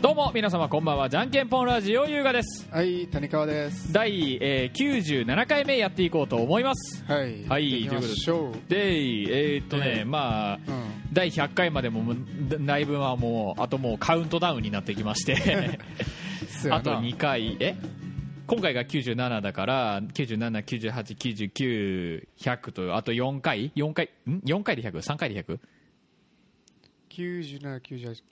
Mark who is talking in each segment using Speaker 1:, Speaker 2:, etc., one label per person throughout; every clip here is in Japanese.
Speaker 1: どうも皆様こんばんはじゃんけんぽんラジオ優雅です
Speaker 2: はい谷川です
Speaker 1: 第、えー、97回目やっていこうと思います
Speaker 2: はい
Speaker 1: はい
Speaker 2: 行ってみましょう
Speaker 1: でえーっとね、まあ
Speaker 2: うん
Speaker 1: 第100回までも内分はもうあともうカウントダウンになってきまして
Speaker 2: そうやな
Speaker 1: あと2回え今回が97だから979899100とあと4回4回ん4回で1003回で 100?
Speaker 2: 97、98、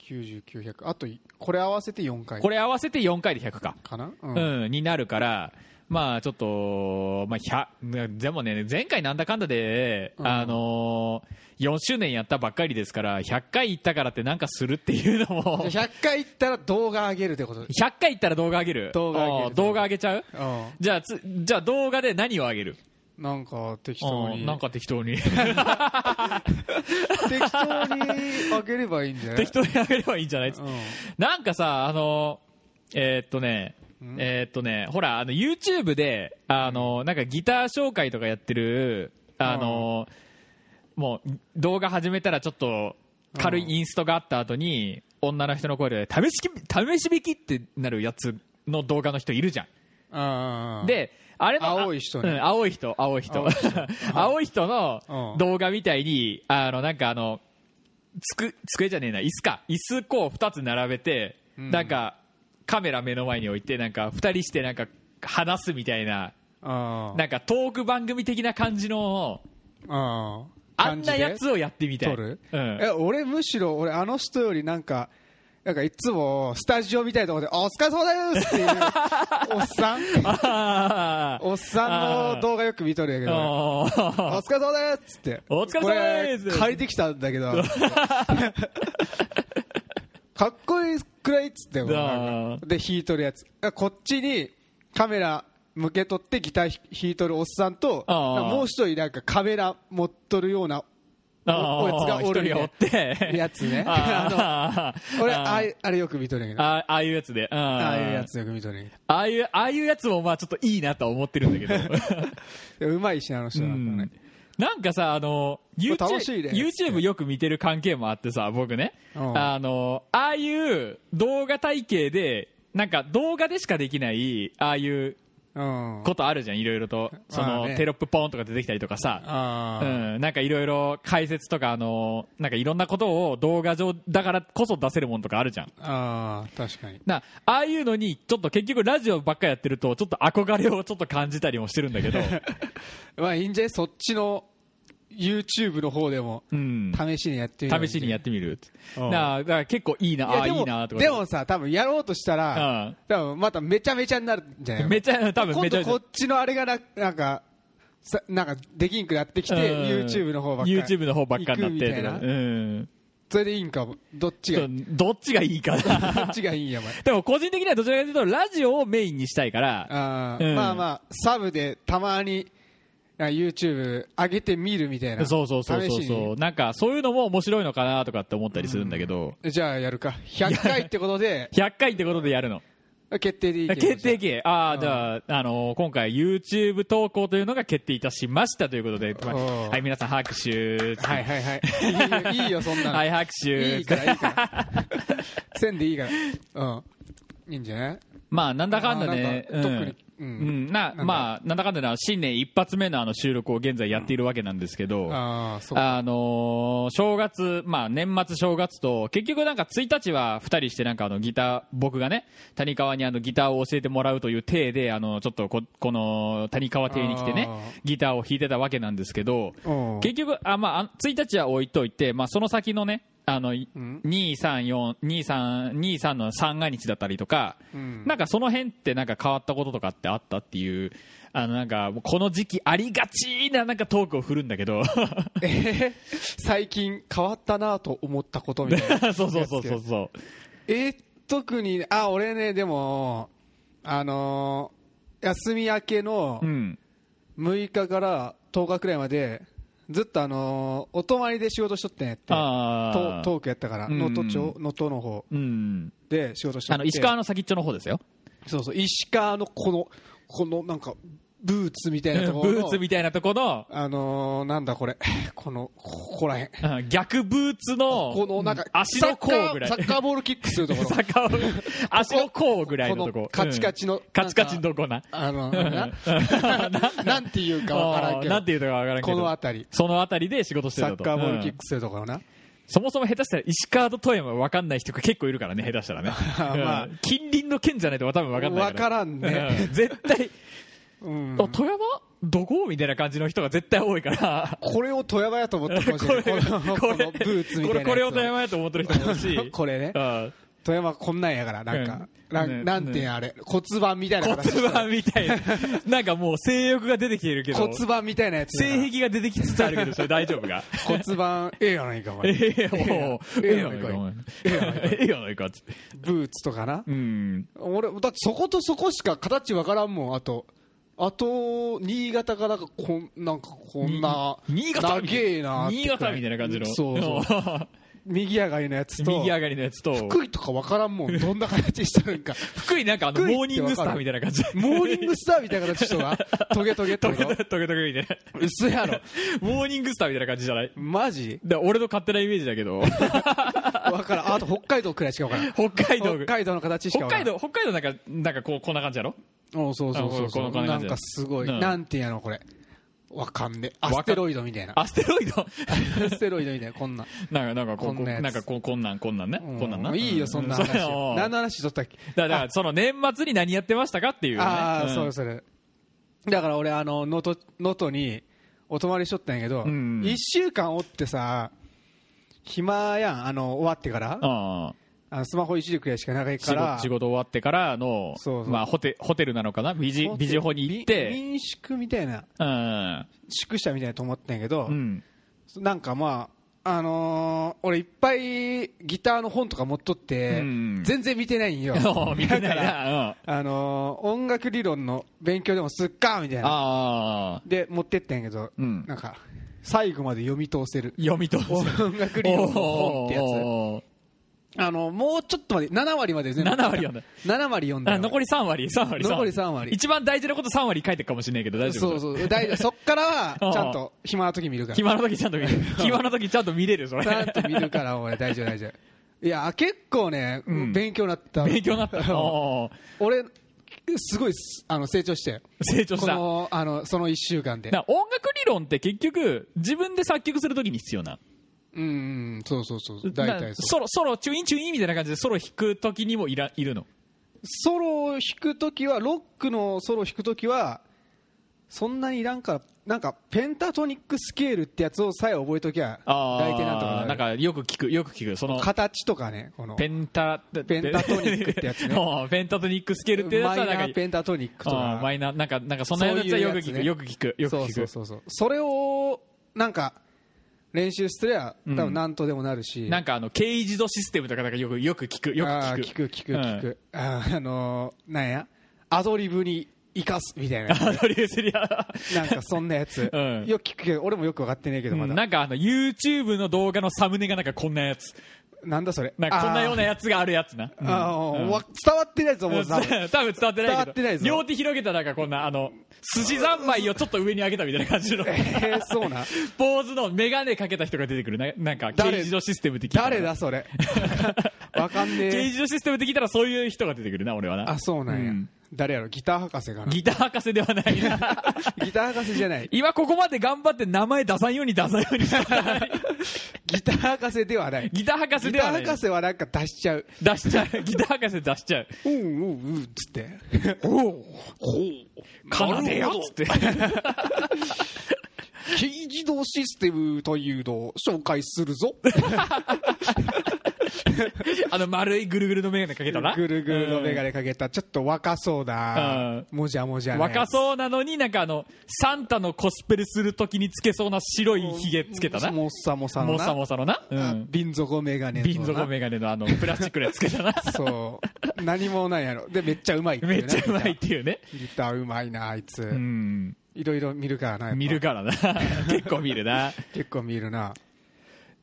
Speaker 2: 90、900あとこれ合わせて4回
Speaker 1: これ合わせて4回で100か
Speaker 2: かなう
Speaker 1: うん、になるから、まあちょっと、まあ、100でもね、前回なんだかんだで、
Speaker 2: うん
Speaker 1: あのー、4周年やったばっかりですから、100回行ったからってなんかするっていうのも、100
Speaker 2: じゃあ100回いったら動画上げるってこと
Speaker 1: 回行ったら動画上げる。
Speaker 2: 動画上げる
Speaker 1: あー動画上げちゃう
Speaker 2: う
Speaker 1: じゃあつ、じゃあ動画で何を上げる
Speaker 2: んなんか適当
Speaker 1: うん
Speaker 2: に
Speaker 1: なんか適当に。
Speaker 2: 適当に上げればいいんじゃない
Speaker 1: 適当に上げればいいんじゃない、
Speaker 2: うん
Speaker 1: なんかさ、あのー、えーっとね、えーっとね、ほら、あの、YouTube で、あのー、なんかギター紹介とかやってる、あのー、もう、動画始めたらちょっと、軽いインストがあった後に、女の人の声で、試しき、試し弾きってなるやつの動画の人いるじゃん。
Speaker 2: あー
Speaker 1: で、あれの
Speaker 2: 青い人ね
Speaker 1: うん、青い人、青い人。青
Speaker 2: 青
Speaker 1: い
Speaker 2: い
Speaker 1: 人の
Speaker 2: うん
Speaker 1: 動画みたいに、あの、なんかあの、つく、机じゃねえな、椅子か。椅子こう二つ並べて、
Speaker 2: うん
Speaker 1: なんか、カメラ目の前に置いて、なんか二人してなんか話すみたいな、
Speaker 2: あー
Speaker 1: なんかトーク番組的な感じの、
Speaker 2: あー
Speaker 1: あんなやつをやってみたい。
Speaker 2: 撮る、
Speaker 1: うん
Speaker 2: え。俺むしろ俺あの人よりなんかなんかいつもスタジオみたいなところで「お疲れ様です!」っていうおっさん
Speaker 1: あー
Speaker 2: おっさんの動画よく見とるんやけど
Speaker 1: あ
Speaker 2: 「お
Speaker 1: ー
Speaker 2: 疲れ様です!」っつって
Speaker 1: お疲れ様です
Speaker 2: これ借りてきたんだけど かっこいいくらいっつってもなんかで弾いとるやつこっちにカメラ向けとってギター弾弾いとるおっさんと
Speaker 1: あー
Speaker 2: なんかもう一人なんかカメラ持っとるような
Speaker 1: あ
Speaker 2: おやつが
Speaker 1: ー、
Speaker 2: お
Speaker 1: 一
Speaker 2: るね
Speaker 1: 人おって。
Speaker 2: やつね
Speaker 1: あー
Speaker 2: 俺
Speaker 1: あー
Speaker 2: あいあれよく見とるんやけど
Speaker 1: あああいうやつで、うん
Speaker 2: ああいうやつよく見とるんやけ
Speaker 1: ああいうああいうやつもまあちょっといいなとは思ってるんだけど、
Speaker 2: ど うまいしなあの人
Speaker 1: う
Speaker 2: なんか
Speaker 1: ん
Speaker 2: ね、
Speaker 1: なんかさあの
Speaker 2: 楽しい
Speaker 1: YouTube,
Speaker 2: ね
Speaker 1: YouTube よく見てる関係もあってさ僕ね、
Speaker 2: うん
Speaker 1: あのああいう動画体系でなんか動画でしかできないああいう
Speaker 2: うん
Speaker 1: ことあるじゃんいろいろとそ
Speaker 2: ま
Speaker 1: の
Speaker 2: あね
Speaker 1: テロップポンとか出てきたりとかさ、
Speaker 2: あ
Speaker 1: う
Speaker 2: ー
Speaker 1: ん、なんかいろいろ解説とかあのなんかいろんなことを動画上だからこそ出せるものとかあるじゃん
Speaker 2: あー確かに
Speaker 1: なああいうのにちょっと結局ラジオばっかやってるとちょっと憧れをちょっと感じたりもしてるんだけ ど、
Speaker 2: まあいいんじゃないそっちの YouTube の方でも
Speaker 1: うん、
Speaker 2: 試しにやってみる
Speaker 1: 試しにやってみる
Speaker 2: うん
Speaker 1: なだから結構いいなああい
Speaker 2: い
Speaker 1: い
Speaker 2: やでも
Speaker 1: なとか
Speaker 2: でもさ多分やろうとしたら、
Speaker 1: うん
Speaker 2: 多分まためちゃめちゃになるんじゃない
Speaker 1: めちゃ多分
Speaker 2: 今
Speaker 1: めちゃめ
Speaker 2: 度
Speaker 1: ち
Speaker 2: こ
Speaker 1: ゃ
Speaker 2: っちのあれがななんかさなんかできんくなってきて、
Speaker 1: うん
Speaker 2: YouTube の方ばっかり
Speaker 1: YouTube の方ばっかになって
Speaker 2: 行くみたいな
Speaker 1: うん、
Speaker 2: それでいいんかもどっ
Speaker 1: ち
Speaker 2: ちが
Speaker 1: ょっとどっちがいいか
Speaker 2: ど
Speaker 1: な
Speaker 2: っちがいいんやばい
Speaker 1: でも個人的にはどちらかというとラジオをメインにしたいから
Speaker 2: あ ー、
Speaker 1: うん
Speaker 2: まあまあサブでたまにあ YouTube 上げてみるみたいな
Speaker 1: そうそうそうそう
Speaker 2: 試しに
Speaker 1: そうなんかそういうのも面白いのかなとかって思ったりするんだけど、
Speaker 2: じゃあやるか100回ってこ とで
Speaker 1: 100回ってことでやるの
Speaker 2: 決定でいいけど
Speaker 1: 決定権ああ、
Speaker 2: うん
Speaker 1: じゃあ、あのー今回 YouTube 投稿というのが決定いたしましたということで、まあ
Speaker 2: うん
Speaker 1: はい皆さん拍手
Speaker 2: はいはいはい いいよいいよそんなの、
Speaker 1: はい拍手
Speaker 2: いいからいいからせんでいいからうんいいんじゃない
Speaker 1: まあなんだかんだね
Speaker 2: あーな
Speaker 1: うん
Speaker 2: んか特にうん
Speaker 1: うんな
Speaker 2: なんだ
Speaker 1: まあなんだかんだな新年一発目のあの収録を現在やっているわけなんですけど、
Speaker 2: ああそう
Speaker 1: あのー正月、まあ、年末正月と結局なんか1日は2人してなんかあのギター僕がね谷川にあのギターを教えてもらうという体であのちょっとここの谷川邸に来てね
Speaker 2: あ
Speaker 1: ギターを弾いてたわけなんですけど
Speaker 2: うん
Speaker 1: 結局あ、まああの、1日は置いといて、まあ、その先のねあのい
Speaker 2: うん
Speaker 1: 234 23 23の三が日だったりとか、
Speaker 2: うん
Speaker 1: なんかその辺ってなんか変わったこととかってあったっていうあのなんかもうこの時期ありがちななんかトークを振るんだけど。
Speaker 2: えー最近変わったなと思ったことみたい な
Speaker 1: そうそうそうそうそ
Speaker 2: えー特にあ俺ねでもあのー休み明けの
Speaker 1: う。うん。
Speaker 2: 6日から10日くらいまでずっとあのーお泊まりで仕事しとってんやって
Speaker 1: あ
Speaker 2: と
Speaker 1: あ。
Speaker 2: トークやったから
Speaker 1: うん
Speaker 2: 能登町能登の方
Speaker 1: うん。
Speaker 2: で仕事しとって
Speaker 1: あの、石川の先っちょの方ですよ。
Speaker 2: そうそう石川のこのこのなんかブーツみたいなところ
Speaker 1: ブ
Speaker 2: の
Speaker 1: ーツみたいなとこの、
Speaker 2: あのー、なんだこれ このここらへん
Speaker 1: うん逆ブーツの、
Speaker 2: このなんか
Speaker 1: うん足の甲ぐらい。
Speaker 2: サッカーサッカーボールキックするとこ ろ
Speaker 1: 坂を足の甲ぐらいのとこ。
Speaker 2: このカチカチの
Speaker 1: うんカチカチのとこな。
Speaker 2: あ
Speaker 1: う
Speaker 2: の
Speaker 1: ん
Speaker 2: ななんていうかわからんけ
Speaker 1: な
Speaker 2: ど
Speaker 1: んていうのかわからんけ
Speaker 2: こ
Speaker 1: ど。
Speaker 2: の辺り
Speaker 1: その辺りで仕事して
Speaker 2: サ
Speaker 1: たと
Speaker 2: ッカーボールキッ
Speaker 1: うん
Speaker 2: クするところな、
Speaker 1: そもそも下手したら石川と富山分かんない人が結構いるからね下手したらね、
Speaker 2: まあ
Speaker 1: うん近隣の県じゃないと多分分かんない
Speaker 2: 分
Speaker 1: か
Speaker 2: かららんね、
Speaker 1: うん絶対、
Speaker 2: うん
Speaker 1: あ富山どこみたいな感じの人が絶対多いから
Speaker 2: これを富山やと思ったかもし
Speaker 1: こ
Speaker 2: れな
Speaker 1: れ
Speaker 2: いこのこのブーツみたいなやつ
Speaker 1: これこれを富山やと思ってる人もいるし
Speaker 2: これね
Speaker 1: うん
Speaker 2: 富山こんなんやからなんか、
Speaker 1: うん
Speaker 2: な
Speaker 1: ね
Speaker 2: んなんていうんやあれ骨盤みたいな形
Speaker 1: 骨盤みたいななんかもう性欲が出てきてるけど
Speaker 2: 骨盤みたいなやつ
Speaker 1: 性癖が出てきつつあるけどそれ大丈夫か
Speaker 2: 骨盤ええやないかお
Speaker 1: え
Speaker 2: 前
Speaker 1: えもうええやないかお前ええやないかっつって
Speaker 2: ブーツとかな
Speaker 1: うん
Speaker 2: 俺だってそことそこしか形わからんもんあとあと新潟からこんなんかこんな
Speaker 1: に新潟
Speaker 2: 長えなって
Speaker 1: 新潟みたいな感じの
Speaker 2: そうそう
Speaker 1: う
Speaker 2: 右上がりのやつと
Speaker 1: 右上がりのやつと
Speaker 2: 福井とかわからんもんどんな形してるんか
Speaker 1: 福井なんかあの
Speaker 2: 福井って
Speaker 1: モーニングスターみたいな感じ
Speaker 2: モーニングスターみたいな形と かトゲトゲ
Speaker 1: ト
Speaker 2: と
Speaker 1: ゲトゲ
Speaker 2: か
Speaker 1: トゲトゲみたい
Speaker 2: 嘘やろ
Speaker 1: なモーニングスターみたいな感じじゃない
Speaker 2: マジ
Speaker 1: だから俺の勝手なイメージだけ ど
Speaker 2: わからんあと北海道くらいしかわからん
Speaker 1: 北海道
Speaker 2: 北海道の形しか
Speaker 1: 北
Speaker 2: わからん
Speaker 1: 海道北海道なんかなんかこうこんな感じやろ
Speaker 2: おうそうそうそ
Speaker 1: あ
Speaker 2: うそ
Speaker 1: この
Speaker 2: う
Speaker 1: この
Speaker 2: な
Speaker 1: 感じ
Speaker 2: んかすごい、
Speaker 1: うん
Speaker 2: なんていうんやのこれわかんね
Speaker 1: わ
Speaker 2: ア
Speaker 1: かん
Speaker 2: ステロイドみたいなア
Speaker 1: アステロイド
Speaker 2: ステロイドみたいなこんな
Speaker 1: なんかなんかこう
Speaker 2: こんなやつ
Speaker 1: なんかこうこん なんこんなんね
Speaker 2: うん
Speaker 1: こんなんな
Speaker 2: もういいよそんな
Speaker 1: う それ
Speaker 2: 話
Speaker 1: を
Speaker 2: 何の話しとったっけ
Speaker 1: だからその年末に何やってましたかっていうね
Speaker 2: ああ、
Speaker 1: ん
Speaker 2: そうそれだから俺あの能登能登にお泊まりしとったんやけど、一
Speaker 1: ん
Speaker 2: 1週間おってさ暇やんあの終わってから
Speaker 1: ああ
Speaker 2: あのスマホいじるくらいしか長い
Speaker 1: 仕
Speaker 2: か
Speaker 1: 事
Speaker 2: ら
Speaker 1: 仕事終わってからの
Speaker 2: そうそう
Speaker 1: まあホテホテルなのかなビジ
Speaker 2: ホテル
Speaker 1: ビジホに行っ
Speaker 2: み
Speaker 1: て
Speaker 2: 民宿みたいな
Speaker 1: うん
Speaker 2: 宿舎みたいなと思ったんやけど、
Speaker 1: うん
Speaker 2: なんかまああのー俺いっぱいギターの本とか持っとって、
Speaker 1: うん
Speaker 2: 全然見てないん よ
Speaker 1: 見て
Speaker 2: だ
Speaker 1: な
Speaker 2: か
Speaker 1: いな、
Speaker 2: ら
Speaker 1: うん、
Speaker 2: あのー音楽理論の勉強でもすっかみたいな
Speaker 1: ああ
Speaker 2: で持ってったんやけど、
Speaker 1: うん
Speaker 2: なんか最後まで読み通せる
Speaker 1: 読み通す
Speaker 2: 音楽理論の本ってや
Speaker 1: おー
Speaker 2: つあのもうちょっとまで7割まで全部
Speaker 1: 7割読んだ
Speaker 2: 7割読んだ
Speaker 1: あ
Speaker 2: よ
Speaker 1: 残り3割3割
Speaker 2: 残り三割
Speaker 1: 一番大事なこと3割書いてるかもしれないけど大丈夫
Speaker 2: そうそう大丈 夫そっからはち
Speaker 1: ああ
Speaker 2: ゃんと暇な時見るから
Speaker 1: 暇の時ちゃんと 見る暇の時ちゃんと見れるそれ
Speaker 2: ちゃんと見るから俺大丈夫大丈夫いや結構ね、
Speaker 1: ん
Speaker 2: 勉強になった
Speaker 1: 勉強になったおー
Speaker 2: 俺すごいすあの成長して
Speaker 1: 成長し
Speaker 2: こ
Speaker 1: た
Speaker 2: のあのその1週間で
Speaker 1: だから音楽理論って結局自分で作曲するときに必要な
Speaker 2: うんうんそうそうそう大
Speaker 1: な
Speaker 2: 体そう
Speaker 1: ソロソロチュインチュインみたいな感じでソロ弾くときにもいらいるの
Speaker 2: ソロを弾くときはロックのソロを弾くときはそんなにいらんからなんかペンタトニックスケールってやつをさえ覚えときゃ
Speaker 1: あー
Speaker 2: 大体なんとか
Speaker 1: な
Speaker 2: なんる
Speaker 1: かよく聞くよく聞くその
Speaker 2: 形とかねこの
Speaker 1: ペンタ
Speaker 2: ペンタトニックってやつね
Speaker 1: おーペンタトニックスケールってや
Speaker 2: マ
Speaker 1: つ
Speaker 2: イ
Speaker 1: は
Speaker 2: ナ
Speaker 1: なん
Speaker 2: ー
Speaker 1: か
Speaker 2: ペンタトニックと
Speaker 1: あーマ
Speaker 2: か
Speaker 1: イナーなんかなんかそんなやつ
Speaker 2: そ
Speaker 1: は
Speaker 2: ういう
Speaker 1: よく
Speaker 2: や
Speaker 1: 聞
Speaker 2: つ
Speaker 1: く、
Speaker 2: ね
Speaker 1: よく聞くよく聞く
Speaker 2: そうそうそうそうそれをなんか練習すりゃ多分なんとでもなるし、
Speaker 1: なんかあの軽自動システムとかなんかよくよく聞くよく
Speaker 2: あー
Speaker 1: 聞
Speaker 2: 聞
Speaker 1: く
Speaker 2: く聞く聞く、あーあのーなんやアドリブに生かすみたい な
Speaker 1: アドリブすりゃ
Speaker 2: なんかそんなやつ、
Speaker 1: うん
Speaker 2: よく聞くけど俺もよく分かってねえけど まだ、
Speaker 1: なんかあの YouTube の動画のサムネがなんかこんなやつ
Speaker 2: なんだそれ
Speaker 1: なんかこんなよう
Speaker 2: な
Speaker 1: なやつがあるやつなうん
Speaker 2: あー、わ伝わってないやつ思
Speaker 1: 多
Speaker 2: うさ
Speaker 1: 分伝わって
Speaker 2: 伝
Speaker 1: な
Speaker 2: わ
Speaker 1: い
Speaker 2: っ
Speaker 1: け
Speaker 2: てない
Speaker 1: ど
Speaker 2: ぞ
Speaker 1: 両手広げたなんかこんなあの寿司三昧をちょっと上に上げたみたいな感 じの
Speaker 2: えー、そうな
Speaker 1: 坊主の眼鏡かけた人が出てくるななんか
Speaker 2: 誰
Speaker 1: 軽自動システムって聞いたら
Speaker 2: 誰だ それわかんね
Speaker 1: 軽
Speaker 2: え
Speaker 1: 自動システムって聞いたらそういう人が出てくるな俺はな
Speaker 2: あそうなんや、
Speaker 1: うん
Speaker 2: 誰やろギター博士かなギ
Speaker 1: ギター博士ではないな
Speaker 2: ター博士じゃない
Speaker 1: 今ここまで頑張って名前出さんように出さんようにしたの に
Speaker 2: ギター博士ではない
Speaker 1: ギター博士
Speaker 2: ギ
Speaker 1: で
Speaker 2: タ
Speaker 1: はな
Speaker 2: ー
Speaker 1: い
Speaker 2: 博士はなんか出しちゃう
Speaker 1: 出しちゃう ギター博士出しちゃう
Speaker 2: うんうんうんっつって
Speaker 1: おお奏でよ
Speaker 2: なるほど
Speaker 1: っつって
Speaker 2: 軽自動システムというのを紹介するぞ
Speaker 1: あの丸いぐるぐるの眼鏡かけたな
Speaker 2: ぐるぐるの眼鏡かけたちょっと若そう
Speaker 1: う
Speaker 2: なんもじゃもじゃなやつ
Speaker 1: 若そうなのになんかあのサンタのコスプレするときにつけそうな白いひげつけたな
Speaker 2: もっさもさ
Speaker 1: も
Speaker 2: のな
Speaker 1: さもさのな、う
Speaker 2: あ
Speaker 1: ん、
Speaker 2: 瓶底メガネのな
Speaker 1: 瓶底眼鏡のあのプラスチックのやつつけたな
Speaker 2: そう何もないやろ でめっちゃうまいっていう
Speaker 1: め
Speaker 2: ね
Speaker 1: っちゃうまいっていうね
Speaker 2: ギターうまいなあいつ、
Speaker 1: うん
Speaker 2: いろいろ見るからなやっぱ
Speaker 1: 見るからな結構見るな
Speaker 2: 結構見るな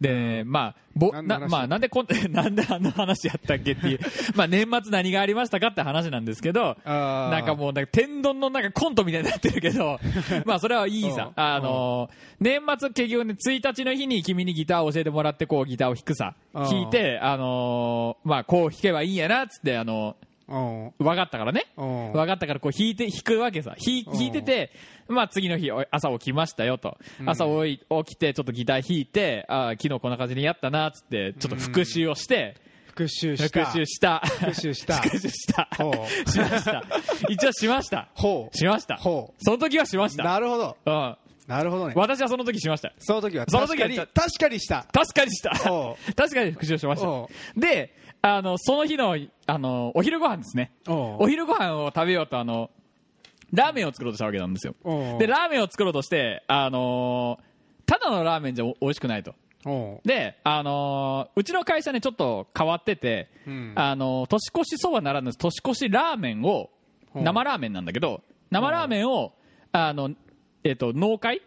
Speaker 1: で、まあ、ぼ
Speaker 2: 何の
Speaker 1: な
Speaker 2: 話
Speaker 1: まあ、なんでこん なんであの話やったっけっていう、まあ、年末何がありましたかって話なんですけど、
Speaker 2: あー
Speaker 1: なんかもう、なんか天丼のなんかコントみたいになってるけ ど、まあ、それはいいさ。
Speaker 2: うん
Speaker 1: あのー年末結局ね、1日の日に君にギターを教えてもらって、こう、ギターを弾くさ。
Speaker 2: うん
Speaker 1: 弾いて、あのーまあ、こう弾けばいいんやな、つって、あの
Speaker 2: うん
Speaker 1: ー分かったからね。
Speaker 2: うん
Speaker 1: 分かったからこう弾いて弾くわけさ弾い
Speaker 2: うん
Speaker 1: 弾いてて、まあ、次の日お朝起きましたよと、朝おい起きてちょっとギター弾いてああ昨日こんな感じにやったなっつってちょっと復習をして、
Speaker 2: 復習し
Speaker 1: 復
Speaker 2: た
Speaker 1: 習した
Speaker 2: 復習した
Speaker 1: 復習した
Speaker 2: ほう
Speaker 1: しました一応しました
Speaker 2: ほう
Speaker 1: しました
Speaker 2: ほ
Speaker 1: その時はしました、
Speaker 2: なるほど
Speaker 1: うん、
Speaker 2: なるほどね
Speaker 1: 私はその時しました
Speaker 2: その時は
Speaker 1: その時
Speaker 2: 確
Speaker 1: は
Speaker 2: かに確かにした
Speaker 1: 確かにした
Speaker 2: お
Speaker 1: 確かに復習しました
Speaker 2: お
Speaker 1: であのその日のあのお昼ご飯ですねお
Speaker 2: お
Speaker 1: 昼ご飯を食べようとあのラーメンを作ろうとしたわけなんですよ
Speaker 2: お
Speaker 1: でラーメンを作ろうとして、あのーただのラーメンじゃお美味しくないと
Speaker 2: お
Speaker 1: で、あのーうちの会社ねちょっと変わってて、
Speaker 2: うん
Speaker 1: あのー年越しそばならぬ年越しラーメンを
Speaker 2: うん
Speaker 1: 生ラーメンなんだけど生ラーメンをあの、えっと農会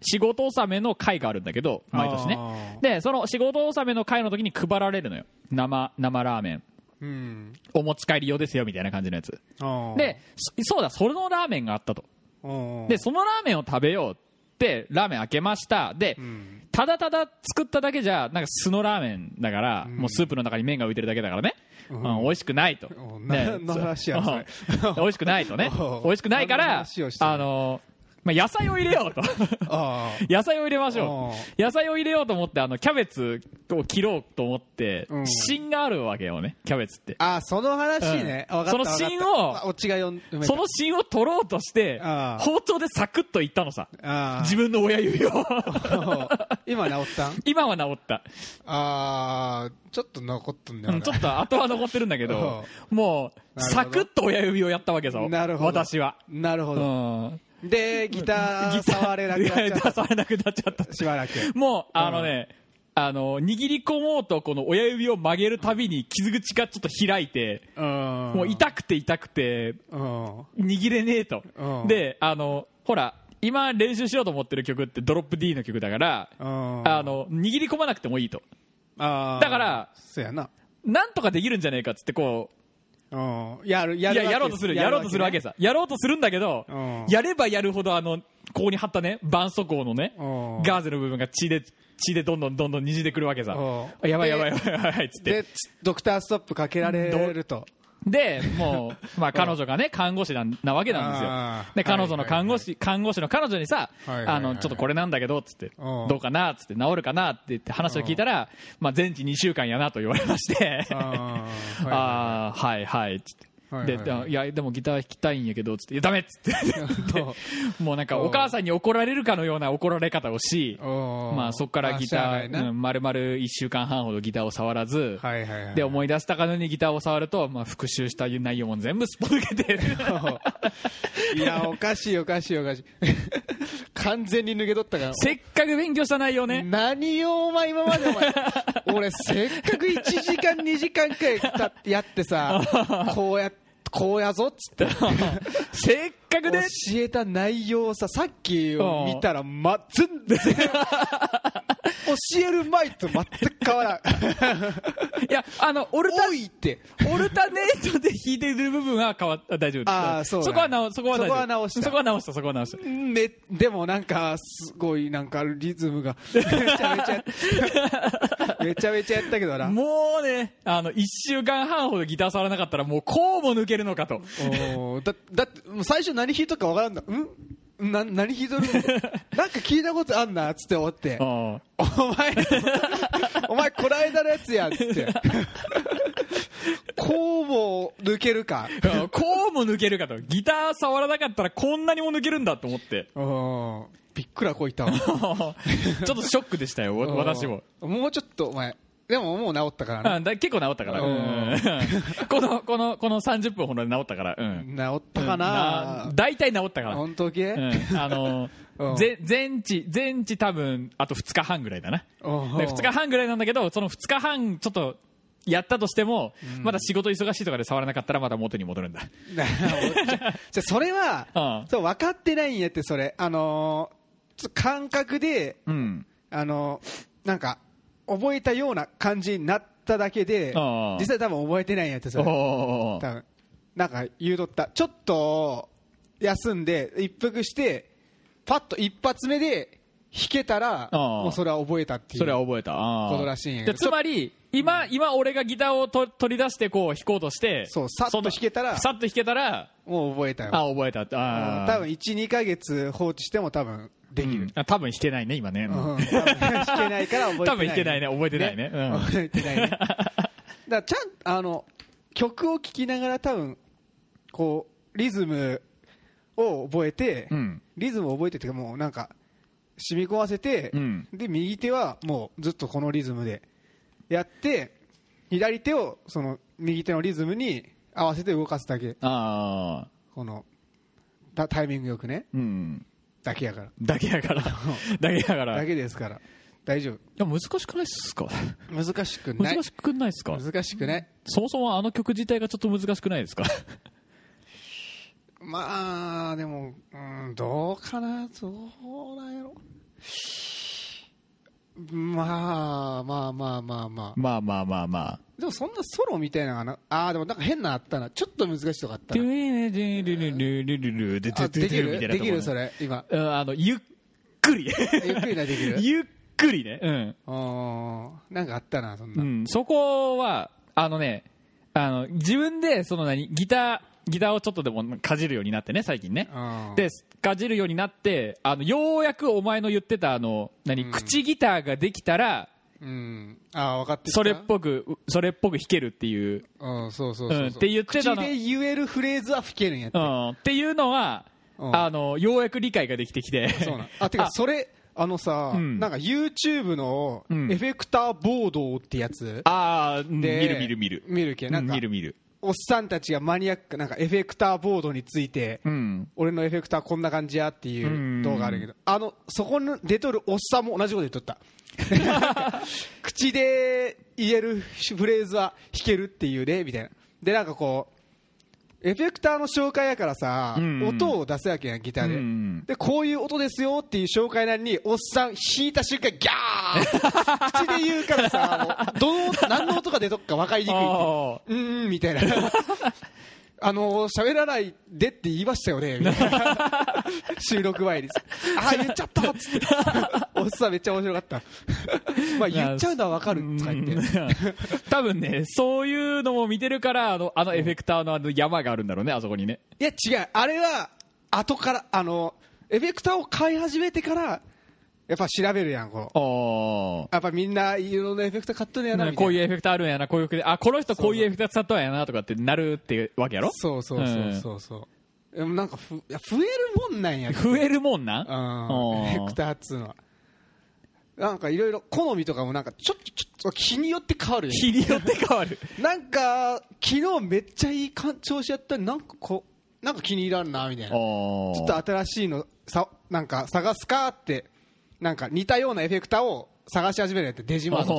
Speaker 1: 仕事納めの会があるんだけど毎年
Speaker 2: あ
Speaker 1: ね
Speaker 2: ー
Speaker 1: でその仕事納めの会の時に配られるのよ生生ラーメン
Speaker 2: うん
Speaker 1: お持ち帰り用ですよみたいな感じのやつ
Speaker 2: お
Speaker 1: でそそうだそのラーメンがあったと
Speaker 2: お
Speaker 1: でそのラーメンを食べようってラーメン開けましたで、
Speaker 2: うん
Speaker 1: ただただ作っただけじゃなんか素のラーメンだから、もうスープの中に麺が浮いてるだけだからね、うん美味しくないと、
Speaker 2: おな何の話やそれ
Speaker 1: うん美味しくないとね
Speaker 2: おう
Speaker 1: 美味しくないか
Speaker 2: 何の
Speaker 1: ら
Speaker 2: 話をしてる
Speaker 1: あの、まあ、野菜を入れようと
Speaker 2: あー
Speaker 1: 野菜を入れましょ
Speaker 2: お
Speaker 1: う野菜を入れようと思ってあのキャベツを切ろうと思って、
Speaker 2: うん
Speaker 1: 芯があるわけよねキャベツって
Speaker 2: あーその話ね、
Speaker 1: うん
Speaker 2: わかったわかった
Speaker 1: その芯を
Speaker 2: あオチが読ん埋めた
Speaker 1: その芯を取ろうとして
Speaker 2: あー
Speaker 1: 包丁でサクッといったのさ
Speaker 2: あ
Speaker 1: 自分の親指を
Speaker 2: ー 今直ったん
Speaker 1: 今は治った、
Speaker 2: あーちょっと残っとんね、
Speaker 1: うんちょっと後は残ってるんだけどもう
Speaker 2: なるほど
Speaker 1: サクッと親指をやったわけさ
Speaker 2: なるほど
Speaker 1: 私は、
Speaker 2: なるほ
Speaker 1: う
Speaker 2: ど、
Speaker 1: ん、
Speaker 2: でギタ ー触れなくなっちゃ
Speaker 1: ギター
Speaker 2: っ
Speaker 1: 触れなくなっちゃった
Speaker 2: たしばらく
Speaker 1: もうあのね、あの握り込もうとこの親指を曲げるたびに傷口がちょっと開いて、も
Speaker 2: も
Speaker 1: う痛くて痛くて
Speaker 2: うん
Speaker 1: 握れねえと、
Speaker 2: うん
Speaker 1: であのほら今練習しようと思ってる曲ってドロップ D の曲だから、
Speaker 2: うん
Speaker 1: あの握り込まなくてもいいと
Speaker 2: あー
Speaker 1: だから
Speaker 2: そうやな
Speaker 1: なんとかできるんじゃねえかっつってこう
Speaker 2: うんやるや
Speaker 1: い
Speaker 2: る
Speaker 1: ややろうとするやろうとするわけ
Speaker 2: す
Speaker 1: さやろうとするんだけど、
Speaker 2: うん
Speaker 1: やればやるほどあのここに貼ったね絆創膏のね、
Speaker 2: うん
Speaker 1: ガーゼの部分が血で血でどんどんどんどん滲んでくるわけさ、
Speaker 2: う
Speaker 1: やばい
Speaker 2: で
Speaker 1: やばいやばいやばいっつって
Speaker 2: でつドクターストップかけられると
Speaker 1: でもう、まあ、彼女がね看護師なんなわけなんです
Speaker 2: あ
Speaker 1: よ
Speaker 2: ー
Speaker 1: で彼女の
Speaker 2: はいはいはい
Speaker 1: 看護師、看護師の彼女にさ、
Speaker 2: はいはいはい
Speaker 1: あのちょっとこれなんだけどっつって、
Speaker 2: うん
Speaker 1: どうかなっつって治るかなって言って話を聞いたら、まあ、全治2週間やなと言われまして
Speaker 2: あーは い
Speaker 1: ああはいはいっつって。
Speaker 2: はい
Speaker 1: で
Speaker 2: はいはい
Speaker 1: いやでもギター弾きたいんやけどっつって「いや ダメ!」っつってでもうなんかお母さんに怒られるかのような怒られ方をし、
Speaker 2: うん
Speaker 1: まあ、そこからギ
Speaker 2: あしゃあ
Speaker 1: タ
Speaker 2: ないな
Speaker 1: ー、うん、丸々1週間半ほどギターを触らず、
Speaker 2: はいはいはい
Speaker 1: で思い出したかのようにギターを触ると、まあ、復習した内容も全部すっぽ抜けて
Speaker 2: いやおかしいおかしいおか しい完全に抜け取ったから
Speaker 1: せっかく勉強した内容ね
Speaker 2: 何をお前今までお前俺せっかく1時間2時間くらいたってやっ てさこうやこうやぞっつって
Speaker 1: せっかく
Speaker 2: 教
Speaker 1: ね
Speaker 2: えた内容をささっき
Speaker 1: う
Speaker 2: を
Speaker 1: ん
Speaker 2: 見たら、ま、全然教える前と全く変わら ん
Speaker 1: いやあのオルタ
Speaker 2: 多いって
Speaker 1: オルタネートで弾いてる部分は変わった大丈夫
Speaker 2: あーそうだ
Speaker 1: そこは直そこは大丈夫
Speaker 2: そこは直した
Speaker 1: そこは直したそこは直した
Speaker 2: ね、でもなんかすごいなんかリズムが めちゃめちゃめちゃめちゃやったけどな
Speaker 1: もうね、あの、一週間半ほどギター触らなかったら、もうこうも抜けるのかと。
Speaker 2: おーだだってもう最初何弾いとるかわからんだんな何弾い とるなんか聞いたことあんなっつって思って
Speaker 1: うん
Speaker 2: お前 お前こないだのやつやっつって こうも抜けるか
Speaker 1: こうも抜けるかと。ギター触らなかったら、こんなにも抜けるんだと思って。
Speaker 2: おーびっくらこいたわ
Speaker 1: ちょっとショックでしたよ、わ 私も。
Speaker 2: もうちょっとお前でももう治ったからな
Speaker 1: うんだ結構治ったから。
Speaker 2: うん
Speaker 1: うんこの、この、この30分ほどで治ったから。うん
Speaker 2: 治ったか
Speaker 1: う
Speaker 2: なん
Speaker 1: 大体治ったから。
Speaker 2: 本当け
Speaker 1: うんあの
Speaker 2: うん
Speaker 1: ぜ全治、全治多分、あと2日半ぐらいだな。
Speaker 2: 2
Speaker 1: で2日半ぐらいなんだけどその2日半ちょっとやったとしても、まだ仕事忙しいとかで触らなかったらまだ元に戻るんだ
Speaker 2: なるほど じゃあじゃあそれは、
Speaker 1: うん
Speaker 2: そう分かってないんやってそれあのーちょっと感覚で
Speaker 1: うん
Speaker 2: あのーなんか覚えたような感じになっただけで
Speaker 1: ああ
Speaker 2: 実際多分覚えてないんやつ
Speaker 1: お
Speaker 2: そ
Speaker 1: ー
Speaker 2: れ
Speaker 1: おーおー
Speaker 2: 多分なんか言うとったちょっと休んで一服してパッと一発目で弾けたら
Speaker 1: ああ
Speaker 2: もうそれは覚えたっていう
Speaker 1: それは覚えたあー
Speaker 2: ことらしいんやけ
Speaker 1: で
Speaker 2: ど
Speaker 1: つまり今今俺がギターをと取り出してこう弾こうとして
Speaker 2: そうさっと弾けたら
Speaker 1: そのさっと弾けたら
Speaker 2: もう覚えたよ
Speaker 1: あ覚えたあー
Speaker 2: 多分12か月放置しても多分でき
Speaker 1: う
Speaker 2: る
Speaker 1: ん、あ多分弾けないね今ね、うん
Speaker 2: うん、多分弾けないから覚えてない
Speaker 1: 多分弾けないね覚えてないねうん
Speaker 2: 覚えてない ねだからちゃんあの曲を聴きながら多分こうリズムを覚えて、
Speaker 1: うん
Speaker 2: リズムを覚えてっていうかもうなんか染み込ませて、
Speaker 1: うん
Speaker 2: で右手はもうずっとこのリズムでやって左手をその右手のリズムに合わせて動かすだけ
Speaker 1: ああ
Speaker 2: このタタイミングよくね
Speaker 1: うん
Speaker 2: だけやから
Speaker 1: だけやからだけやから
Speaker 2: だけですから大丈夫
Speaker 1: でも難しくないっすか
Speaker 2: 難しくない
Speaker 1: 難しくないっすか
Speaker 2: 難しくない
Speaker 1: そもそもあの曲自体がちょっと難しくないですか
Speaker 2: まあでも、うん、どうかなどうなんやろまあまあまあまあまあ
Speaker 1: まあまあまあまあ
Speaker 2: でもそんなソロみたいなのがなああでもなんか変なのあったなちょっと難しいとこあっ
Speaker 1: 「
Speaker 2: た
Speaker 1: ドゥ
Speaker 2: な
Speaker 1: イネドゥルルルルルル」で「ド
Speaker 2: あ
Speaker 1: ゥドゥ
Speaker 2: でき
Speaker 1: ドゥ」みたいな
Speaker 2: る
Speaker 1: と
Speaker 2: で
Speaker 1: こ
Speaker 2: き
Speaker 1: ね
Speaker 2: るそれ今
Speaker 1: うんあのゆっくり
Speaker 2: ゆっくりなできる
Speaker 1: ゆっくりねうん
Speaker 2: うーんなんかあったなそん
Speaker 1: う
Speaker 2: な、
Speaker 1: ん、そこは、あのね、あの自分でその何ギター、ギターをちょっとでもかじるようになってね、最近ね。
Speaker 2: うん
Speaker 1: で、かじるようになって、あのようやくお前の言ってたあの何、
Speaker 2: うん
Speaker 1: 口ギターができたら、
Speaker 2: うんああ分かってきた
Speaker 1: それっぽく、それっぽく弾けるっていう、
Speaker 2: うんそうそうそうそう、
Speaker 1: うんって言ってたの
Speaker 2: 口で言えるフレーズは吹けるんやって、
Speaker 1: うん、っていうのは、
Speaker 2: うん
Speaker 1: あのようやく理解ができてきて。
Speaker 2: そうなんあてかそれあのさ、
Speaker 1: うん
Speaker 2: なんか YouTube のエ
Speaker 1: う
Speaker 2: フ
Speaker 1: ん
Speaker 2: ェクターボードってやつ、
Speaker 1: あーうん
Speaker 2: で
Speaker 1: 見る見る見る
Speaker 2: 見るけなん
Speaker 1: うん
Speaker 2: か
Speaker 1: 見る見る
Speaker 2: おっさんたちがマニアックなんかエフェクターボードについて、
Speaker 1: うん
Speaker 2: 俺のエフェクターこんな感じやってい
Speaker 1: ん
Speaker 2: う動画あるけど、あのそこに出とるおっさんも同じこと言っとった 口で言えるフレーズは弾けるっていうねみたいなでなんかこうエフェクターの紹介やからさ、
Speaker 1: うん
Speaker 2: 音を出すわけやんギターで、
Speaker 1: うん
Speaker 2: でこういう音ですよっていう紹介なりにおっさん弾いた瞬間ギャー口で言うからさもうどの何の音が出とっか分かりにくいっていう
Speaker 1: あ
Speaker 2: うーんみたいな あの喋らないでって言いました よねみたいな収録前にああ言っちゃったっつって おっさんめっちゃ面白かった まあ言っちゃうのは分かるとか言って
Speaker 1: うん 多分ねそういうのも見てるからあのあのエフェクターのあの山があるんだろうねあそこにね
Speaker 2: いや違うあれは後からあのエフェクターを買い始めてからやっぱ調べるやんこ
Speaker 1: あ
Speaker 2: うやっぱみんないろんなエフェクター買っとるんやなみたいな
Speaker 1: こういうエフェクターあるんやなこういうあこの人こういうエフェクター使ったんやなとかってなるってわけやろ
Speaker 2: そうそうそうそうそうでもなんかふいや増えるもんなんや
Speaker 1: 増えるもんな
Speaker 2: うんエフェク
Speaker 1: ー
Speaker 2: ターっつうのはなんかいろいろ好みとかもなんかちょっとちょっと日によって変わるよね
Speaker 1: 日によって変わ る
Speaker 2: なんか昨日めっちゃいい感調子やったのになんかこうなんか気に入らんなみたいなち
Speaker 1: ょ
Speaker 2: ょっと新しいのさなんか探すかってなんか似たようなエフェクターを探し始めるやってデジマート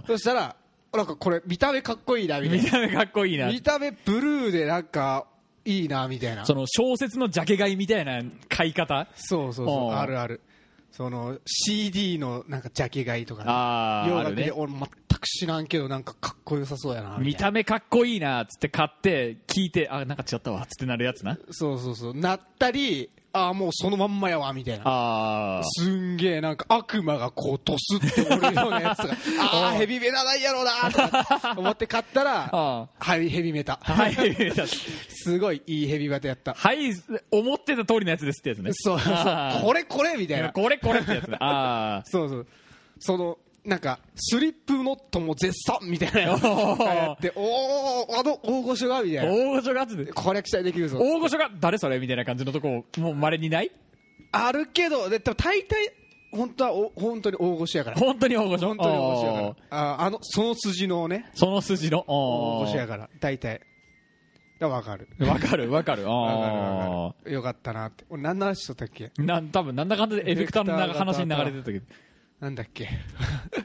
Speaker 2: とかでそしたらなんかこれ見た目かっこいいなみたい
Speaker 1: 見た目かっこいい
Speaker 2: な
Speaker 1: な
Speaker 2: 見た目ブルーでなんかいいなみたいな
Speaker 1: その小説のジャケ買いみたいな買い方
Speaker 2: そうそうそう
Speaker 1: おう
Speaker 2: あるあるその CD のなんかジャケ買いとかね、
Speaker 1: あー
Speaker 2: 洋
Speaker 1: あ
Speaker 2: 楽
Speaker 1: る
Speaker 2: で、
Speaker 1: ね
Speaker 2: 俺全く知らんけどなんかかっこよさそうやなみ
Speaker 1: 見
Speaker 2: たいな
Speaker 1: た目かっこいいなっつって買って聞いてあなんか違ったわっつってなるやつな
Speaker 2: そうそうそうなったりああもうそのまんまやわみたいな
Speaker 1: ああ
Speaker 2: すんげえなんか悪魔がこうドスって折るよう なやつがああヘビメタなんやろうなとか思って買った ら
Speaker 1: あ
Speaker 2: はいヘビメタ
Speaker 1: あはい
Speaker 2: すごいいいヘビメタやった
Speaker 1: はい思ってた通りのやつですってやつね
Speaker 2: そうそう
Speaker 1: あー
Speaker 2: これこれみたいな
Speaker 1: これこれってやつだあ
Speaker 2: そうそうそのなんかスリップノットも絶賛みたいな や
Speaker 1: おー
Speaker 2: っておおあの大御所がみた
Speaker 1: あ
Speaker 2: いな
Speaker 1: 大御所がつで
Speaker 2: これ期待できるぞ
Speaker 1: 大御所が誰それみたいな感じのとこもうまれにない
Speaker 2: あるけどででも大体本当はお本当に大御所やから
Speaker 1: 本当に大御所
Speaker 2: 本当に大御所や
Speaker 1: おー
Speaker 2: からああのその筋のね
Speaker 1: その筋の
Speaker 2: 大
Speaker 1: お
Speaker 2: 御所や
Speaker 1: ー
Speaker 2: から大体だから分かる
Speaker 1: わかるわかるお
Speaker 2: 分かる
Speaker 1: ー
Speaker 2: 分かるよかったなって俺何の話しとったっけ
Speaker 1: なん多分なんだかんだでエフェクターのな話に流れてたけど
Speaker 2: なんだっけ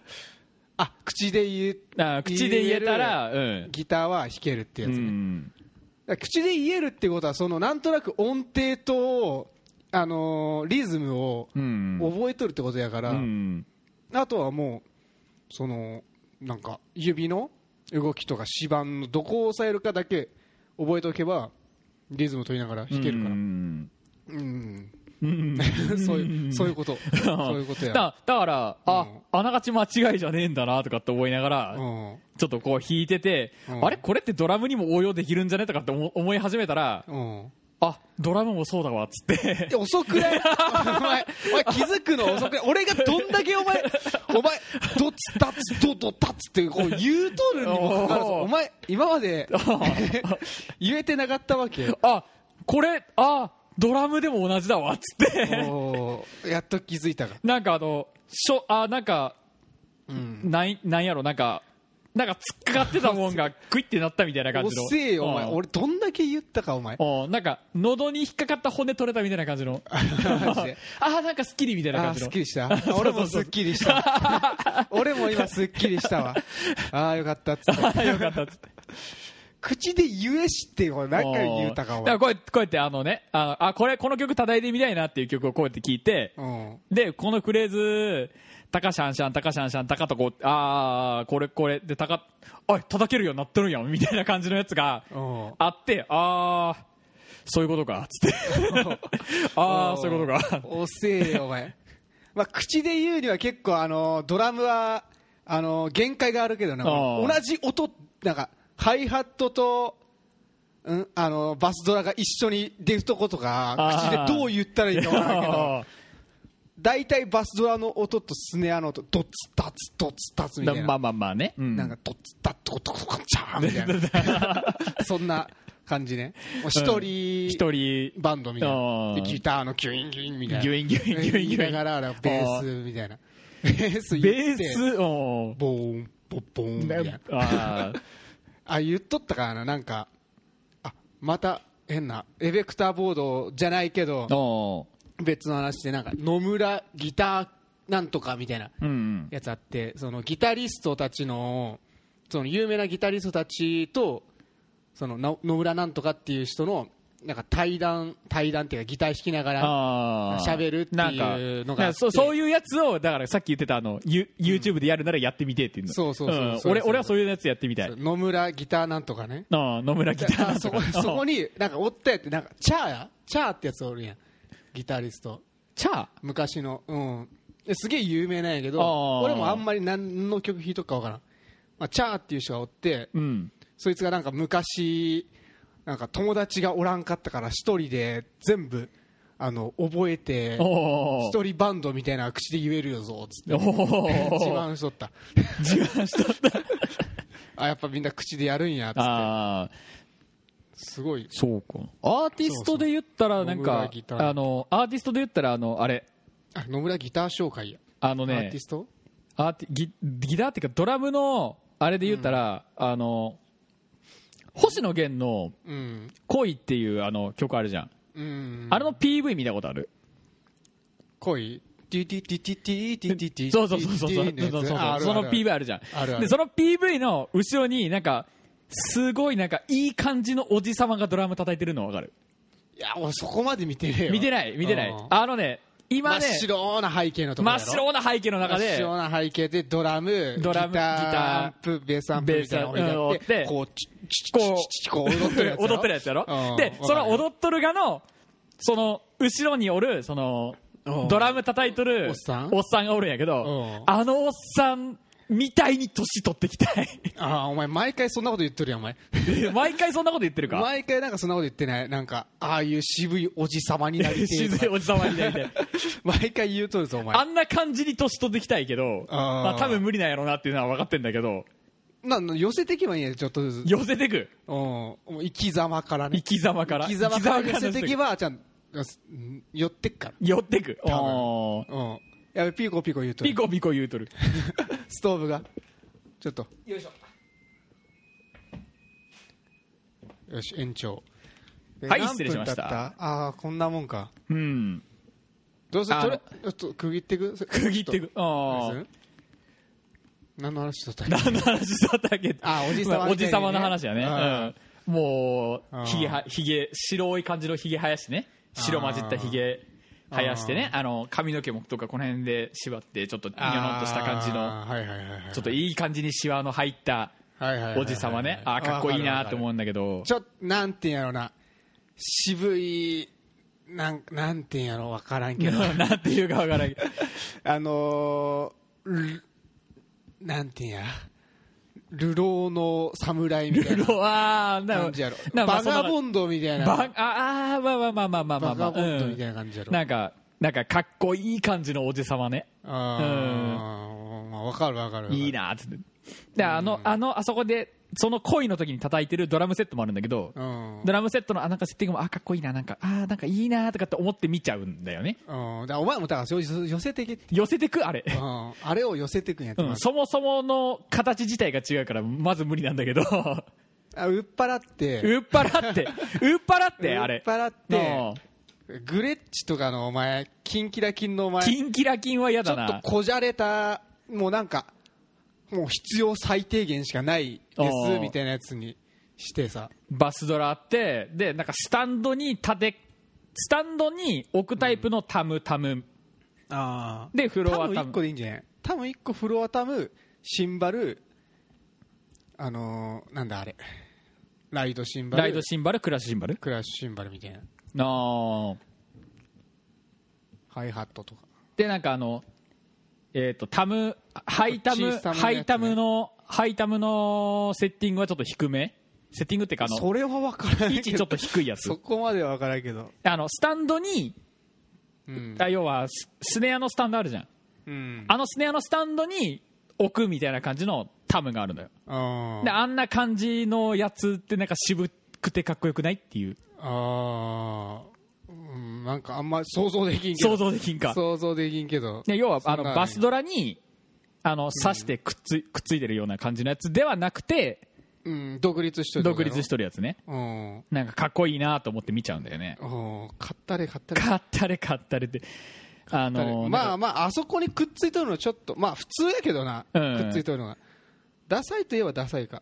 Speaker 2: あ口で言う
Speaker 1: あー口で言えたらうん
Speaker 2: ギターは弾けるってや
Speaker 1: う
Speaker 2: つね、
Speaker 1: ん
Speaker 2: だから口で言えるってことはそのなんとなく音程と、あのーリズムを
Speaker 1: うん
Speaker 2: 覚えとるってことやから、
Speaker 1: うん
Speaker 2: あとはもうそのなんか指の動きとか指板のどこを押さえるかだけ覚えておけばリズム取りながら弾けるから
Speaker 1: うん
Speaker 2: うん
Speaker 1: うん
Speaker 2: そういうそうい うことそういうことや
Speaker 1: だだからあ、
Speaker 2: うん
Speaker 1: あながち間違いじゃねえんだなとかって思いながら、
Speaker 2: うん
Speaker 1: ちょっとこう弾いてて、
Speaker 2: うん
Speaker 1: あれこれってドラムにも応用できるんじゃねとかって思思い始めたら
Speaker 2: うん
Speaker 1: あドラムもそうだわっつって
Speaker 2: いや遅くないお前お前気づくの遅くない俺がどんだけお前お前ドツタツドドタツってこう言うとるにもかかわらず
Speaker 1: おー
Speaker 2: お前今まで
Speaker 1: ー
Speaker 2: 言えてなかったわけ
Speaker 1: あこれあドラムでも同じだわっつって
Speaker 2: おーやっと気づいたが
Speaker 1: なんかあのしょあなんか
Speaker 2: うん
Speaker 1: なんなんやろなんかなんか突っかかってたもんがクイってなったみたいな感じの
Speaker 2: 遅え よお前
Speaker 1: うん
Speaker 2: 俺どんだけ言ったかお前
Speaker 1: おなんか喉に引っかかった骨取れたみたいな感じの
Speaker 2: マジで
Speaker 1: あーなんかスッキリみたいな
Speaker 2: あ
Speaker 1: 感
Speaker 2: ー
Speaker 1: じ
Speaker 2: す
Speaker 1: の
Speaker 2: っきりした俺もすっきりした俺も今すっきりしたわああよかったっつって
Speaker 1: あ ーよかったっつ って
Speaker 2: 口で言えしってこれ何回言うたかお
Speaker 1: だから
Speaker 2: 前
Speaker 1: こうやってこうやってあのねあのあこれこの曲叩いてみたいなっていう曲をこうやって聞いて
Speaker 2: うん
Speaker 1: でこのフレーズ「タカシャンシャンタカシャンシャンタカとこああこれこれ」でタカおい叩けるようになってるやんみたいな感じのやつが
Speaker 2: うん
Speaker 1: あってああそういうことかっつって ああそういうことか
Speaker 2: 遅えよお前まあ口で言うには結構あのドラムはあの限界があるけどな
Speaker 1: あ
Speaker 2: 同
Speaker 1: あ
Speaker 2: じ音なんかハイハットとうん、あのバスドラが一緒に出るとことか
Speaker 1: ああ
Speaker 2: 口でどう言ったらいいか分からんけど 大体バスドラの音とスネアの音ドツタツドツタツみたいな,、
Speaker 1: まあまあまあね、うん
Speaker 2: なんかドツタドツドツチャーみたいなそんな感じねもう一人
Speaker 1: 一人
Speaker 2: バンドみたい
Speaker 1: あ
Speaker 2: な
Speaker 1: ー
Speaker 2: でギターのキュインキュインみたいな
Speaker 1: ギュインギュインギュインギュイン
Speaker 2: 言いながらベースみたいなベース
Speaker 1: ベ
Speaker 2: 言
Speaker 1: ー
Speaker 2: って
Speaker 1: スうん
Speaker 2: ボーンボッボーンみたいな
Speaker 1: あー
Speaker 2: あ言っとったからななんかあまた変なエフェクターボードじゃないけど
Speaker 1: お
Speaker 2: 別の話でなんか野村ギターなんとかみたいな
Speaker 1: ーうん
Speaker 2: やつあってそのギタリストたちのその有名なギタリストたちとそのな野村なんとかっていう人のなんか対談対談っていうかギター弾きながら
Speaker 1: あー
Speaker 2: 喋るっていうのがあって
Speaker 1: なんかそうそういうやつをだからさっき言ってたあのユ YouTube でやるならやってみてっていうの、
Speaker 2: そうそうそうんそうそう
Speaker 1: 俺俺はそういうやつやってみたい
Speaker 2: 野村ギターなんとかね
Speaker 1: ああ野村ギター
Speaker 2: あそこそ こ
Speaker 1: に
Speaker 2: になんかおったやってなんかチャーやチャーってやつおるやんギタリスト
Speaker 1: チャ
Speaker 2: 昔のうんですげえ有名なんやけど
Speaker 1: あー
Speaker 2: 俺もあんまり何の曲弾いとくかわからん、まあ、チャーっていう人がおって
Speaker 1: うん
Speaker 2: そいつがなんか昔なんか友達がおらんかったから一人で全部あの覚えて
Speaker 1: おお
Speaker 2: 一人バンドみたいな口で言えるよぞつって
Speaker 1: おお
Speaker 2: 自慢しとった
Speaker 1: 自慢しとった
Speaker 2: あやっぱみんな口でやるんやつって
Speaker 1: ああ
Speaker 2: すごい
Speaker 1: そうかアーティストで言ったらなん
Speaker 2: そうそう野村
Speaker 1: か
Speaker 2: ギター
Speaker 1: あのアーティストで言ったらあのあれ
Speaker 2: あ野村ギター紹介や
Speaker 1: あの
Speaker 2: アー
Speaker 1: ね
Speaker 2: ティスト
Speaker 1: アーティギギターっていうかドラムのあれで言ったら、あの星野源の
Speaker 2: うん
Speaker 1: 「恋」っていうあの曲あるじゃん、
Speaker 2: うん
Speaker 1: あれの PV 見たことある
Speaker 2: 恋ティティティティティティティティ
Speaker 1: そうそうそうそうそう
Speaker 2: ティティティ
Speaker 1: そうそうそう
Speaker 2: あある
Speaker 1: そ
Speaker 2: ある
Speaker 1: の PV あるじゃん
Speaker 2: あるある
Speaker 1: でその PV の後ろになんかすごいなんかいい感じのおじさまがドラム叩いてるの分かる
Speaker 2: いや俺そこまで見てねえよ
Speaker 1: 見てない見てない
Speaker 2: うん
Speaker 1: あのね
Speaker 2: 真
Speaker 1: 今
Speaker 2: っ
Speaker 1: ね
Speaker 2: 白な背景のところ
Speaker 1: 真っ
Speaker 2: やろ
Speaker 1: 白な背景の中
Speaker 2: 真っ
Speaker 1: で
Speaker 2: 白な背景でドラム
Speaker 1: ドラム
Speaker 2: ギター
Speaker 1: ギター
Speaker 2: アンプベースアンプみたいなの
Speaker 1: ベースうん
Speaker 2: 置
Speaker 1: 置い
Speaker 2: いてあって
Speaker 1: て
Speaker 2: こうチッチッチ
Speaker 1: こう
Speaker 2: ッチッこう踊ってるやつ
Speaker 1: 踊ってるやつやろ
Speaker 2: うん
Speaker 1: でそ
Speaker 2: わかる
Speaker 1: の踊っとるがのその後ろにおるその
Speaker 2: うん
Speaker 1: ドラム叩いとる
Speaker 2: おっさん
Speaker 1: がおるんやけど
Speaker 2: うん
Speaker 1: あのおっさんみたいに年取ってきたい
Speaker 2: ああお前毎回そんなこと言ってるやんお前
Speaker 1: 毎回そんなこと言ってるか
Speaker 2: 毎回なんかそんなこと言ってないなんかああいう渋いおじさまになりてえ
Speaker 1: 静
Speaker 2: と
Speaker 1: い
Speaker 2: か
Speaker 1: おじさまみたいで
Speaker 2: 毎回言うとるぞお前
Speaker 1: あんな感じに年取ってきたいけど
Speaker 2: あー
Speaker 1: まあ多分無理なんやろうなっていうのは分かってんだけど
Speaker 2: なな寄せてけばいいんやちょっとずつ
Speaker 1: 寄せてく
Speaker 2: うんもう生き様からね
Speaker 1: 生き様から
Speaker 2: 生き様から寄
Speaker 1: 生き様
Speaker 2: せてけ
Speaker 1: から
Speaker 2: ばちゃんうん寄ってっから
Speaker 1: 寄ってく
Speaker 2: 多分
Speaker 1: おー
Speaker 2: うんやべピーコピーコ言うとる
Speaker 1: ピコピコ言うとる
Speaker 2: ストーブがちょっと
Speaker 1: よいしょ
Speaker 2: よし延長
Speaker 1: はい
Speaker 2: 何分
Speaker 1: 失礼しました
Speaker 2: 経っああこんなもんか
Speaker 1: うん
Speaker 2: どうせ
Speaker 1: あ
Speaker 2: とれちょっと区切ってく
Speaker 1: 区切ってくあー
Speaker 2: 何の話だったっけ
Speaker 1: 何の話だったっけ
Speaker 2: あおじさまみたいにね
Speaker 1: まあおじさまの話やね、うんも
Speaker 2: あー
Speaker 1: うひげはひげ白い感じのひげ生やしね白混じったひげ生やしてねあの髪の毛もとかこの辺で縛ってちょっとニョノっとした感じの
Speaker 2: あーはいはいはいはい
Speaker 1: ちょっといい感じにシワの入った
Speaker 2: はいはいはいはい
Speaker 1: おじさまねあーかっこいいなと思うんだけど
Speaker 2: ちょっとなんていうんやろな渋いなんなんていうんやろわからんけ ど
Speaker 1: なんていうかわからんけ ど
Speaker 2: あのールなんていうんや流浪の侍みたいな
Speaker 1: あーな
Speaker 2: 感
Speaker 1: ん
Speaker 2: じやろ
Speaker 1: なんかまあ
Speaker 2: バ
Speaker 1: そんな
Speaker 2: ガボンドみたい
Speaker 1: バ
Speaker 2: な
Speaker 1: ああーまあまあまあまあまあまあ
Speaker 2: バ
Speaker 1: まあ
Speaker 2: ガボンドみたい
Speaker 1: うん
Speaker 2: な感じやろ
Speaker 1: なんかなんかかっこいい感じのおじさまね
Speaker 2: あーまあわかるわかるわかる
Speaker 1: いいなーっつってであのあのあそこでその恋の時に叩いてるドラムセットもあるんだけど
Speaker 2: うん
Speaker 1: ドラムセットのあなんかセッティングもあかっこいいななんかあーなんかいいなーとかって思って見ちゃうんだよね
Speaker 2: うん、だからお前もだからそれ寄寄せてけって、
Speaker 1: 寄せてくあれ
Speaker 2: うん、あれを寄せてくんやって、
Speaker 1: うん、そもそもの形自体が違うからまず無理なんだけど
Speaker 2: あ売っ払って
Speaker 1: うっ払ってうっ払ってあ
Speaker 2: 売っ
Speaker 1: れ
Speaker 2: 払って
Speaker 1: うん
Speaker 2: グレッチとかのお前キンキラキンのお前ち
Speaker 1: キンキラキンは嫌
Speaker 2: ょ
Speaker 1: だ
Speaker 2: っ
Speaker 1: な
Speaker 2: とこじゃれたもうなんかもう必要最低限しかないで
Speaker 1: あ
Speaker 2: す
Speaker 1: ー
Speaker 2: みたいなやつにしてさ
Speaker 1: バスドラあってでなんかスタンドに立てスタンドに置くタイプのタムタム、
Speaker 2: あ
Speaker 1: でフ
Speaker 2: フロ
Speaker 1: ロ
Speaker 2: ア
Speaker 1: ア
Speaker 2: タム
Speaker 1: タ
Speaker 2: 1
Speaker 1: ム
Speaker 2: 個でいいんじゃない多分1個フロアタムシンバルあのーなんだあれライドシンバル
Speaker 1: ライドシンバルクラッシュシンバル
Speaker 2: クラッシュシンバルみたい
Speaker 1: あ
Speaker 2: な
Speaker 1: ー
Speaker 2: ハイハットとか
Speaker 1: でなんかあのえっ、とタムハイタム、
Speaker 2: 小さめのやつね
Speaker 1: ハイタムのハイタムのセッティングはちょっと低めセッティングっていうかあの
Speaker 2: それは分からない
Speaker 1: 位
Speaker 2: け
Speaker 1: 置
Speaker 2: ど
Speaker 1: ちょっと低いやつ
Speaker 2: そこまでは分からんけど、
Speaker 1: あのスタンドに、
Speaker 2: うん
Speaker 1: あ要はススネアのスタンドあるじゃん
Speaker 2: うん、
Speaker 1: あのスネアのスタンドに置くみたいな感じのタムがあるのよ
Speaker 2: あ
Speaker 1: であんな感じのやつってなんか渋くてかっこよくないっていう
Speaker 2: あー、うん、なんかあんま想像できんけど
Speaker 1: 想像できんか
Speaker 2: 想像できんけど
Speaker 1: で要は
Speaker 2: そん
Speaker 1: あ
Speaker 2: な
Speaker 1: の
Speaker 2: の
Speaker 1: バスドラにあの刺してくっついくっついてるような感じのやつではなくて
Speaker 2: うん、独立しとる
Speaker 1: 独立し
Speaker 2: と
Speaker 1: とるやつね
Speaker 2: うんうん
Speaker 1: なんかかっこいいなと思って見ちゃうんだよね
Speaker 2: 買ったれ買ったれ
Speaker 1: かったれかったれってあのな
Speaker 2: ま
Speaker 1: んか
Speaker 2: あまああそこにくっついとるのちょっとまあ普通やけどな、
Speaker 1: うん
Speaker 2: くっついとるのがダサいといえばダサいか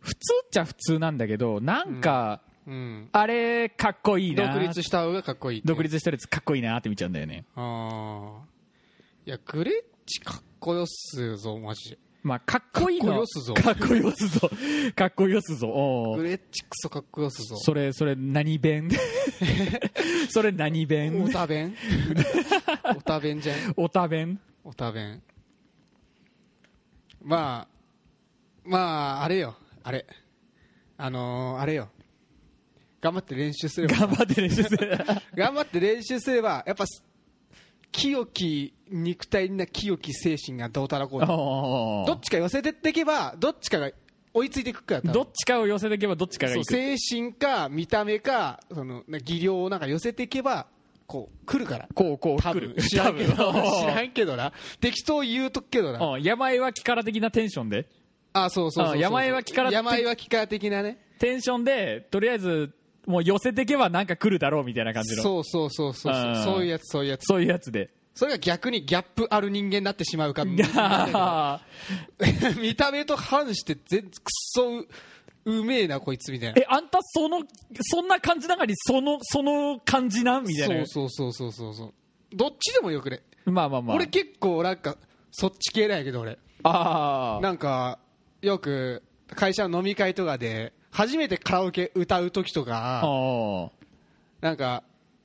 Speaker 1: 普通っちゃ普通なんだけどなんか
Speaker 2: うん
Speaker 1: あれかっこいいな
Speaker 2: 独立した方がかっこいいって
Speaker 1: 独立してるやつかっこいいなって見ちゃうんだよね
Speaker 2: ああいやグレッチかっこよっすぞマジで
Speaker 1: まあかっこいいの
Speaker 2: かっこよすぞ
Speaker 1: かっこよす ぞかっこよすぞおう
Speaker 2: グレッチクソかっこよっすぞ
Speaker 1: それそれ何 弁それ何
Speaker 2: お
Speaker 1: 弁
Speaker 2: たべ んおたべんじゃん
Speaker 1: おた弁
Speaker 2: おたべんまあまああれよあれあのーあれよ頑張って練習すれば
Speaker 1: 頑張って練習す る
Speaker 2: 頑張って練習すればやっぱす清き肉体な清き精神がどうたらこうたら
Speaker 1: おう
Speaker 2: どっちか寄せてっていけばどっちかが追いついていくから多分
Speaker 1: どっちかを寄せていけばどっちかが
Speaker 2: そ
Speaker 1: いうく
Speaker 2: 精神か見た目かそのな技量をなんか寄せていけばこう来るから
Speaker 1: こうこう
Speaker 2: 多
Speaker 1: 来
Speaker 2: 分
Speaker 1: る
Speaker 2: 知らん けど知
Speaker 1: 多分
Speaker 2: らんけどな適当言うとくけどな
Speaker 1: おう病は気から的なテンションで
Speaker 2: あそうそうそうそ
Speaker 1: あ
Speaker 2: う
Speaker 1: 山井は木から
Speaker 2: 山は木から的なね
Speaker 1: テンションでとりあえずもう寄せていけばなんか来るだろうみたいな感じの
Speaker 2: そうそうそうそうそう
Speaker 1: うん
Speaker 2: そういうやつそういうやつ
Speaker 1: そういうやつ で
Speaker 2: それが逆にギャップある人間になってし まうか見た目と反して全くっそううめえなこいつみたいな
Speaker 1: えあんたそのそんな感じながらにそのその感じなんみたいな
Speaker 2: そうそうそうそうそうそうどっちでもよくね、
Speaker 1: まあまあまあ
Speaker 2: 俺結構なんかそっち系なんやけど俺
Speaker 1: ああ
Speaker 2: なんかよく会社の飲み会とかで初めてカラオケ歌う時とか
Speaker 1: あ
Speaker 2: なんか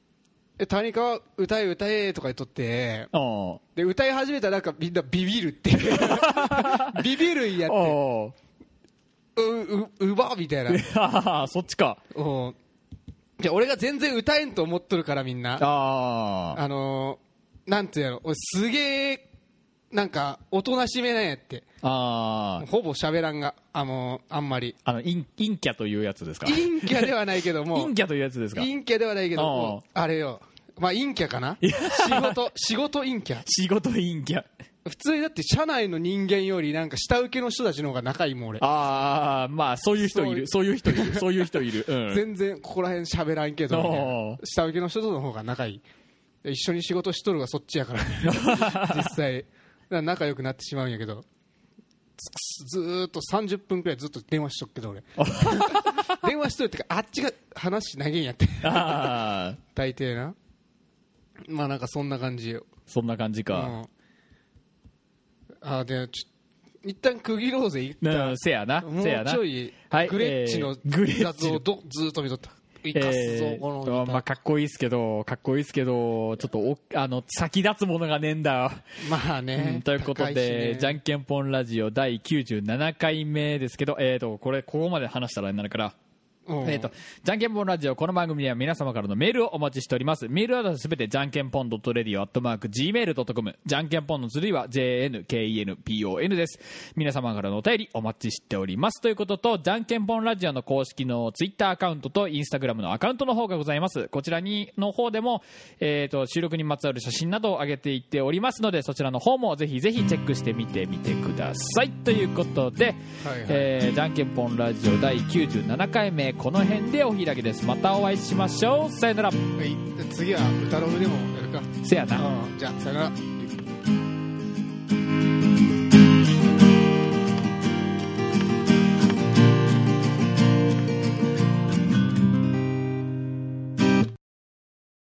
Speaker 2: 「え谷川歌え歌え」とか言っとって
Speaker 1: ああ
Speaker 2: で歌い始めたらなんかみんなビビるって ビビるんやって
Speaker 1: あ
Speaker 2: うううばみたいな
Speaker 1: ああそっちか
Speaker 2: うんじゃあ俺が全然歌えんと思っとるからみんな
Speaker 1: ああ
Speaker 2: あのー、なんていうの俺すげえなんかおとなしめなんやって
Speaker 1: あ
Speaker 2: ほぼ喋らんがあのーあんまり
Speaker 1: あの陰陰キャというやつですか陰
Speaker 2: 陰キャではないけど も
Speaker 1: キャというやつですか
Speaker 2: 陰キャではないけどもうあれよまあ陰キャかな仕事仕事陰キャ
Speaker 1: 仕事陰キャ
Speaker 2: 普通にだって社内の人間よりなんか下請けの人たちの方が仲いいもん俺
Speaker 1: ああまあそういう人いるそういう人いるそういう人いるうん
Speaker 2: 全然ここら辺喋らんけどみたいな
Speaker 1: おー
Speaker 2: 下請けの人との方が仲いいで一緒に仕事しとるがそっちやから 実際だから仲良くなってしまうんやけどつずーっと30分くらいずっと電話しとく けど俺電話しとるってかあっちが話長いんやって
Speaker 1: ああ
Speaker 2: 大抵なまあなんかそんな感じよ、
Speaker 1: そんな感じ
Speaker 2: う
Speaker 1: か、
Speaker 2: ん、あでちょ一旦区切ろうぜ一
Speaker 1: な
Speaker 2: 旦
Speaker 1: せやな
Speaker 2: もう
Speaker 1: せやな
Speaker 2: ちょい
Speaker 1: はい
Speaker 2: グレッチの
Speaker 1: えーグレッチ
Speaker 2: 雑をどずーっと見とったいかすぞ
Speaker 1: えー
Speaker 2: この
Speaker 1: と
Speaker 2: 歌
Speaker 1: まあ、かっこいいっすけどかっこいいっすけどちょっとおあの先立つものがねえんだよ
Speaker 2: まあね、
Speaker 1: うんということで、じゃ
Speaker 2: ん
Speaker 1: んけんぽんラジオ第97回目ですけど、えー、とこれここまで話したらになるから。えー、とじゃんけんぽんラジオこの番組では皆様からのメールをお待ちしておりますメールアドレスすべてじゃんけんぽん .radio.gmail.com じゃんけんぽんの釣りは JNKENPON です皆様からのお便りお待ちしておりますということとじゃんけんぽんラジオの公式のツイッターアカウントとインスタグラムのアカウントの方がございますこちらにの方でも、えー、と収録にまつわる写真などを上げていっておりますのでそちらの方もぜひぜひチェックしてみてみてくださいということで、
Speaker 2: はいはい
Speaker 1: えーじゃんけんぽんラジオ第97回目この辺でお開きですまたお会いしましょうさよなら
Speaker 2: はい次は歌ログでもやるか
Speaker 1: せやな
Speaker 2: うんじゃあさよなら